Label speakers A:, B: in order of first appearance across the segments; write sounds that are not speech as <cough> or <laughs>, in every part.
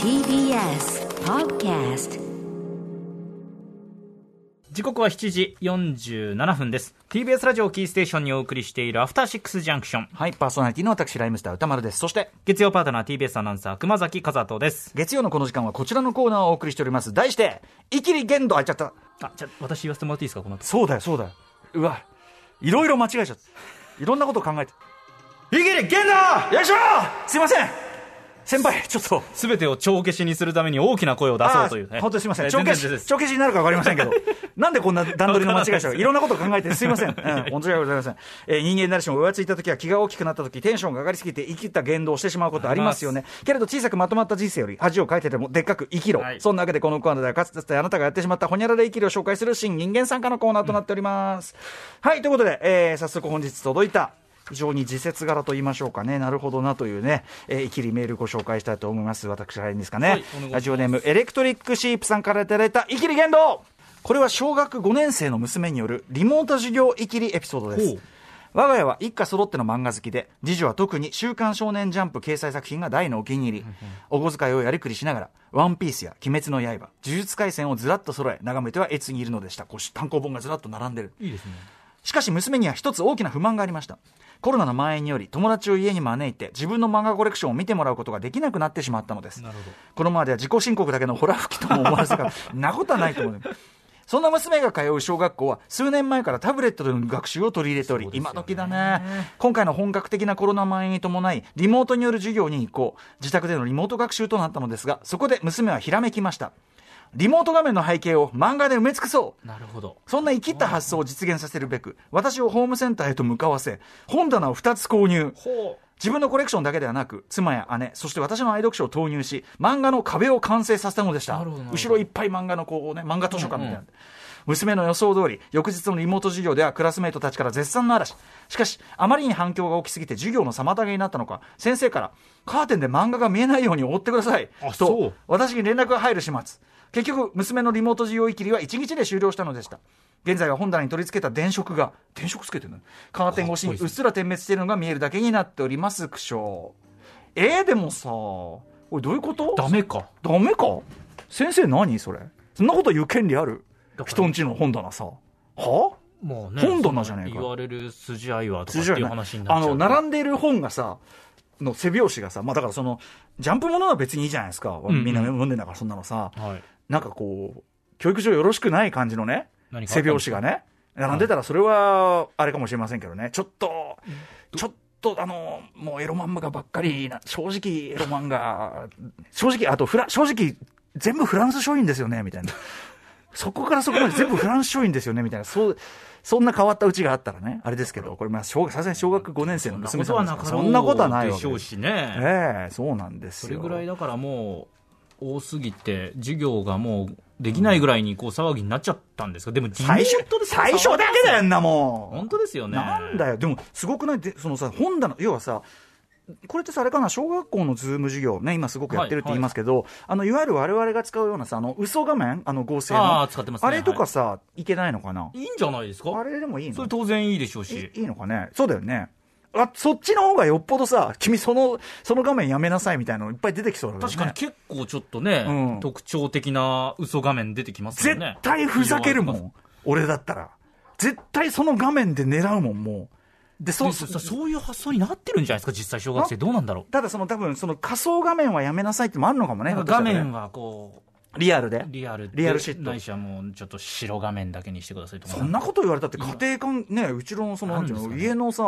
A: TBS Podcast
B: 時刻は7時47分です TBS ラジオキーステーションにお送りしているアフターシックスジャンクション
C: はい、パーソナリティの私、ライムスター歌丸です。そして、
B: 月曜パートナー TBS アナウンサー熊崎和人です
C: 月曜のこの時間はこちらのコーナーをお送りしております。題して、イキリ限度あいちゃった。
B: あじゃあ私言わせてもらっていいですかこの後
C: そうだよ、そうだよ。うわ、いろいろ間違えちゃった。いろんなことを考えて。イキリ限度よいしょすいません先輩、ちょっと。
B: 全てを帳消しにするために大きな声を出そうという
C: あー本当にすいません。
B: え
C: 帳消
B: 全然全
C: し、
B: 然
C: 帳消しになるかわかりませ
B: <laughs>
C: んけど。なんでこんな段取りの間違いしたか。いろんなことを考えてすいません。うん、本当にございません。えー人間誰しも浮ついた時は気が大きくなった時、テンションが上がりすぎて生きった言動をしてしまうことありますよね。けれど小さくまとまった人生より恥をかいてでもでっかく生きろ。
B: はい
C: そんなわけでこのコーナーではかつてあなたがやってしまったほにゃらら生きるを紹介する新人間参加のコーナーとなっております。はい、ということで、えー早速本日届いた。非常に自節柄と言いましょうかね。なるほどなというね、えー、イキリメールご紹介したいと思います。私、ラインですかね。
B: はいお願いします
C: ラジオネーム、エレクトリックシープさんからいただいた、イキリ言動これは小学5年生の娘によるリモート授業イキリエピソードで
B: ほう
C: す。我が家は一家揃っての漫画好きで、次女は特に週刊少年ジャンプ掲載作品が大のお気に入り。お小遣いをやりくりしながら、ワンピースや鬼滅の刃、呪術廻戦をずらっと揃え、眺めては越にいるのでした。こう単行本がずらっと並んでる。
B: いいですね
C: しかし娘には一つ大きな不満がありました。コロナの蔓延により友達を家に招いて自分の漫画コレクションを見てもらうことができなくなってしまったのです。
B: なるほど
C: このままでは自己申告だけのホラ吹きとも思われ
B: <laughs>
C: たから、んなことはないと思う。そんな娘が通う小学校は数年前からタブレットでの学習を取り入れており、今時だね。今回の本格的なコロナ蔓延に伴い、リモートによる授業に移行、自宅でのリモート学習となったのですが、そこで娘はひらめきました。リモート画面の背景を漫画で埋め尽くそう
B: なるほど
C: そんな生きった発想を実現させるべく、私をホームセンターへと向かわせ、本棚を2つ購入。
B: ほ
C: 自分のコレクションだけではなく、妻や姉、そして私の愛読書を投入し、漫画の壁を完成させたのでした。
B: なるほどなるほど
C: 後ろいっぱい漫画のこうね、漫画図書館みたいな。娘の予想通り、翌日のリモート授業ではクラスメートたちから絶賛の嵐。しかし、あまりに反響が大きすぎて授業の妨げになったのか、先生から、カーテンで漫画が見えないように覆ってください。
B: あそ
C: と
B: う、
C: 私に連絡が入る始末。結局、娘のリモート授業いきりは1日で終了したのでした。現在は本棚に取り付けた電飾が、電飾つけてるのカーテン越しにうっすら点滅しているのが見えるだけになっております、苦笑。えー、でもさ、おい、どういうこと
B: ダメか
C: ダメか先生何それそんなこと言う権利ある
B: だから
C: 人んちの本棚さ。は
B: もうね
C: 本棚じゃねえか
B: 言われる筋合いはとかっていう話にな
C: あ
B: っちゃう
C: の、並んでいる本がさ、の背表紙がさ、まあだからその、ジャンプものは別にいいじゃないですか。
B: んうん
C: みんな読んでんだからそんなのさ、
B: はい
C: なんかこう、教育上よろしくない感じのね、
B: 何かあ
C: 背
B: ったんで
C: 表
B: す
C: 紙
B: か
C: がね、並んでたらそれは、あれかもしれませんけどね。ちょっと、ちょっとあの、もうエロ漫画ばっかりな、正直エロ漫画、正直、あとフラ、正直、全部フランス書院ですよね、みたいな。そこからそこまで全部フランス書院ですよね、みたいな。そう、そんな変わったうちがあったらね、あれですけど、これまあ、小学さすがに小学5年生の娘さんですからそ
B: そ
C: ん
B: ん
C: な
B: な
C: こ
B: ことと
C: は
B: は
C: な
B: ないい
C: わ
B: でし
C: け
B: ょ
C: で
B: う
C: す。
B: しね
C: ええそうなんです
B: そ
C: よ。
B: れぐらいだからもう多すぎて授業がもうできないぐらいにこう騒ぎになっちゃったんですかでもリモ
C: 最初
B: ートで、
C: 最初だけだよ、んなもん。
B: 本当ですよね
C: なんだよ、でもすごくないでそのさ、本棚、要はさ、これってさ、あれかな、小学校のズーム授業、ね、今すごくやってるって言いますけど、あのいわゆる我々が使うようなさ、あの嘘画面、あの合成の、
B: あー使ってますね
C: あれとかさ、い、けないのかな、
B: いいんじゃないですか
C: あれでもいい
B: そ
C: の
B: れ当然いいでしょうし
C: いいいのかね、そうだよね。あそっちの方がよっぽどさ、君その、その画面やめなさいみたいなのいっぱい出てきそうだよね。
B: 確かに結構ちょっとね、
C: うん
B: 特徴的な嘘画面出てきますよ
C: 絶
B: ね
C: 対ふざけるも
B: いや
C: ん、俺だったら。絶対その画面で狙うもん、もう。で、そ
B: でそそういう発想になってるんじゃないですか実際小学生どうなんだろ
C: ただその多分その仮想画面はやめなさいってのもあるのかも
B: う
C: ね。
B: なん
C: ひょっ
B: か
C: と
B: 画
C: したらね
B: 面はこ
C: リアルで
B: う。リアルで
C: リアルシット
B: ないしはもうちょっと白画面だけにしてくださいとか
C: そんなこと言われたって家庭観ね、うちのその、
B: あ
C: な
B: るん
C: ん
B: で
C: てい
B: すか
C: うの、
B: ね
C: 家のさ、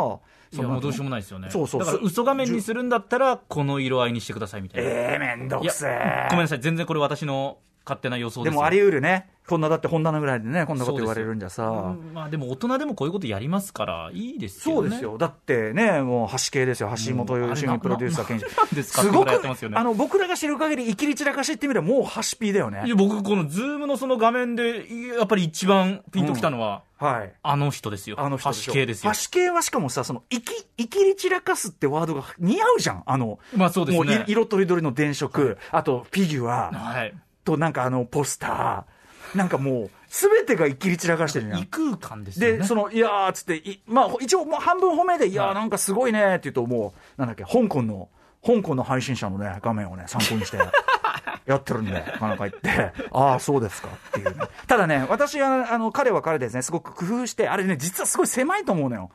B: い
C: そ
B: や
C: の
B: もうどうしようもないですよね
C: そうそう
B: だから嘘画面にするんだったらこの色合いにしてくださいみたいな、
C: ええ、めんど
B: い
C: く
B: や
C: せ
B: ごめん
C: え。
B: なさい全然これ私の勝手な予想
C: で
B: ですよ
C: もあり得るね。こんなだって本棚ぐらいでね、こんなこと言われるんじゃさ。
B: うんまあでも大人でもこういうことやりますからいいですけ
C: そ
B: ど
C: う
B: ね
C: ですよ。だってね、もう橋系ですよ。橋本良
B: もうあれな
C: 純プロデューサー研修。
B: なんですか
C: すご
B: って
C: く
B: やってますよ、ね
C: あの、僕らが知る限り、いきり散らかしってみれば、もう橋 P だよ
B: い
C: ね。
B: や僕このズームのその画面でいやっぱり一番ピンときたのは、
C: はい。
B: あの人ですよ
C: あの人し
B: 橋
C: ょ
B: 系ですよ
C: 橋系はしかもさ、その、いき、いきり散らかすってワードが似合うじゃん。あの、
B: まあそうです
C: も
B: ね
C: うい色とりどりの電飾、あとフィギュア、
B: はい
C: となんかあのポスター、なんかもう、すべてが一気に散らかしてるじゃ
B: 異
C: ん。
B: 空間ですよね
C: で、その、いやーっつって、いまあ、一応、もう半分褒めで、いや
B: は
C: ー
B: い
C: なんかすごい
B: <laughs>
C: ねーって言うと、もう、なんだっけ、香港の、香港の配信者のね、画面をね、参考にして、やってるんで、なかなか言って、ああ、そうですかっていうね。ただね、私は、あの、彼は彼でですね、すごく工夫して、あれね、実はすごい狭いと思うのよ。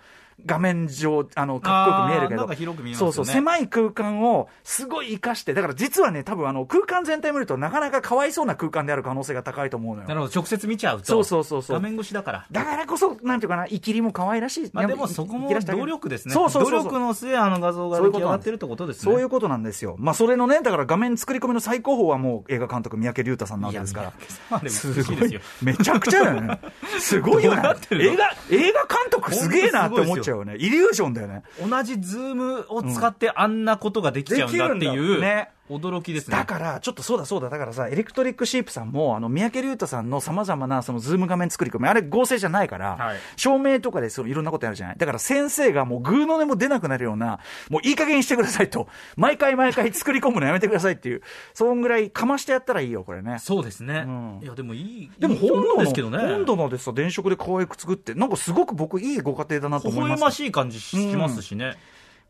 C: 画面上、あの、かっこよく見えるけ
B: あー
C: ど。
B: なんか広く見えますよ
C: そ
B: ね
C: うそう、狭い空間をすごい活かして、だから実はね、多分あの、空間全体見るとなかなかかわいそうな空間である可能性が高いと思うのよ。
B: なるほど、直接見ちゃうと。
C: そうそうそうそう
B: 画面越しだから。
C: だからこそ、なんていうかな、イキリも可愛らしい。
B: まあでもそこも
C: イキらしてあげ
B: 努
C: る
B: 力ですね。
C: そうそうそうそう
B: 努力の末、あの画像が
C: そうい
B: 出来上
C: うこと
B: が
C: なん
B: ってるってことですね。
C: そういうことなんですよ。まあ、それのね、だから画面作り込みの最高峰はもう映画監督、三宅龍太さんなわけですから
B: いや三宅。さんあれ
C: す
B: 美しい
C: ご
B: ですよ
C: い。めちゃくちゃだ
B: <laughs>
C: よね。すごいよね
B: どうなって。るの
C: 映画、映画監督すげえなって思っちゃうよね。イリュージョンだよね。
B: 同じズームを使ってあんなことができちゃうんだって
C: でき
B: い
C: る
B: う
C: んだね、
B: 驚きですね。
C: だから、ちょっとそうだそうだ、だからさ、エレクトリックシープさんも、あの、三宅龍太さんの様々な、その、ズーム画面作り込み、あれ合成じゃないから、
B: はい
C: 照明とかで、その、いろんなことやるじゃない。だから先生がもう、グーの音も出なくなるような、もういい加減にしてくださいと、毎回毎回作り込むのやめてくださいっていう、そんぐらいかましてやったらいいよ、これね。
B: そうですね。
C: うん
B: いや、でもいい。
C: でも
B: いいと思うん
C: 本土
B: ですけどね。
C: の、本土のでさ、電飾で可愛く作って、なんかすごく僕、いいご家庭だなと
B: 微
C: 思い
B: 笑
C: ます。
B: ましい感じしますしね。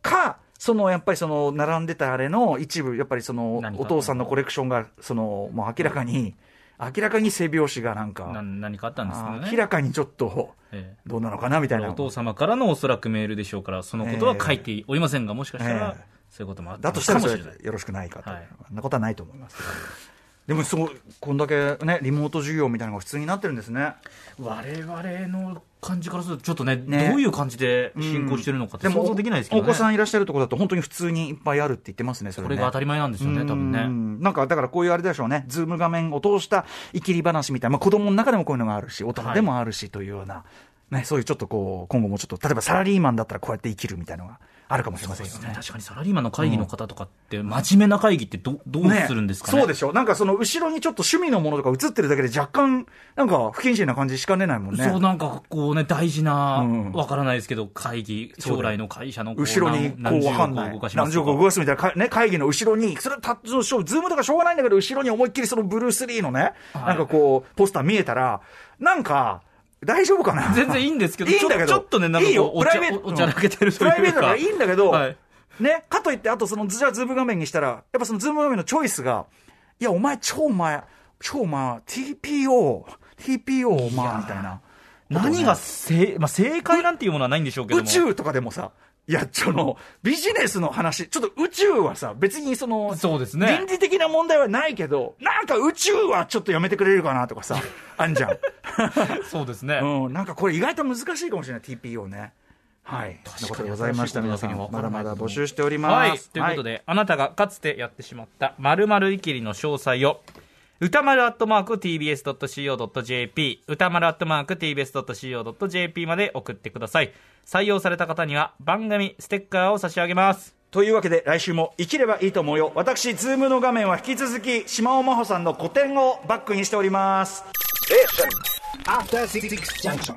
C: か、そのやっぱりその並んでたあれの一部、やっぱりその
B: 何か
C: お父さんのコレクションが、そのもう明らかに、明らかに背表紙がなんか、
B: な何かあったんですけど
C: あ
B: ね。
C: 明らかにちょっと、
B: ええ
C: どうなのかなみたいな
B: お、父様からのおそらくメールでしょうから、そのことは書いておりませんが、もしかしたら
C: ええ、
B: そういうこともあった
C: だ
B: の
C: としたら
B: か
C: そ
B: も
C: れ
B: しれない。
C: よろしくないかと、
B: はい
C: そんなことはないと思います。でもそう、こんだけね、リモート授業みたいなのが普通になってるんですね。
B: 我々の感じからすると、ちょっとね
C: ね
B: どういう感じで進行してるのかって想像できないですけ
C: お
B: ど
C: お
B: ね。
C: 子さんいらっしゃるところだと、本当に普通にいっぱいあるって言ってますね、それ
B: こ
C: ね
B: れが当たり前なんですよね、多分
C: う
B: ね。
C: んなんか、だからこういうあれでしょうね、ズーム画面を通したいきり話みたいな、まあ、子供の中でもこういうのがあるし、大人でもあるしというような、ね、そういうちょっとこう、今後もちょっと、例えばサラリーマンだったらこうやって生きるみたいなのがあるかもしれませんよね。
B: 確かにサラリーマンの会議の方とかって、真面目な会議ってどどう
C: ね
B: するんですかね。
C: そうでしょなんかその後ろにちょっと趣味のものとか映ってるだけで若干、なんか不謹慎な感じしかねないもんね。
B: そうなんかこうね、大事な、
C: うん
B: わからないですけど、会議、
C: そうだ
B: 将
C: よ
B: 来の会社のこう
C: 後ろにこ
B: 何
C: う
B: 十
C: わかん
B: 億
C: ない
B: を動か。しま
C: 何
B: す
C: 十
B: と
C: 億
B: か
C: 動かすみたいなか、ね、会議の後ろに、それはタッチのしょう、ズームとかしょうがないんだけど、後ろに思いっきりそのブルース・リーのね、
B: はい
C: なんかこう、ポスター見えたら、なんか、大丈夫かな
B: 全然いいんですけど
C: いいんだけど。
B: ちょちょっとねなんかこう
C: いいよ
B: お茶
C: プライベート
B: おちゃらけてるというか
C: プライベートだからいいんだけど、
B: はい
C: ね、かといって、あとその、じゃあズーム画面にしたら、やっぱそのズーム画面のチョイスが、いや、お前、超お前、超お前、TPO、TPO、お前、みたいな。
B: 何が正、まあ、正解なんていうものはないんでしょうけども。
C: 宇宙とかでもさ、いや、その、ビジネスの話、ちょっと宇宙はさ、別にその、
B: そうですね
C: 倫理的な問題はないけど、なんか宇宙はちょっとやめてくれるかなと
B: <laughs>
C: かさ、あんじゃん。
B: そうですね。
C: うん、なんかこれ意外と難しいかもしれない、TPO ね。はい。
B: 確かに
C: ということでございました。皆さん、
B: わ
C: ま
B: かんな
C: だ
B: い
C: まだ募集しており
B: は
C: ます。
B: い。ということで、あなたがかつてやってしまった〇〇いきりの詳細を、歌丸アットマーク tbs.co.jp、歌丸アットマーク tbs.co.jp まで送ってください。採用された方には番組ステッカーを差し上げます。
C: というわけで来週も生きればいいと思うよ私ズームの画面は引き続き島尾真帆さんの個展をバックにしております
D: After Six Junction.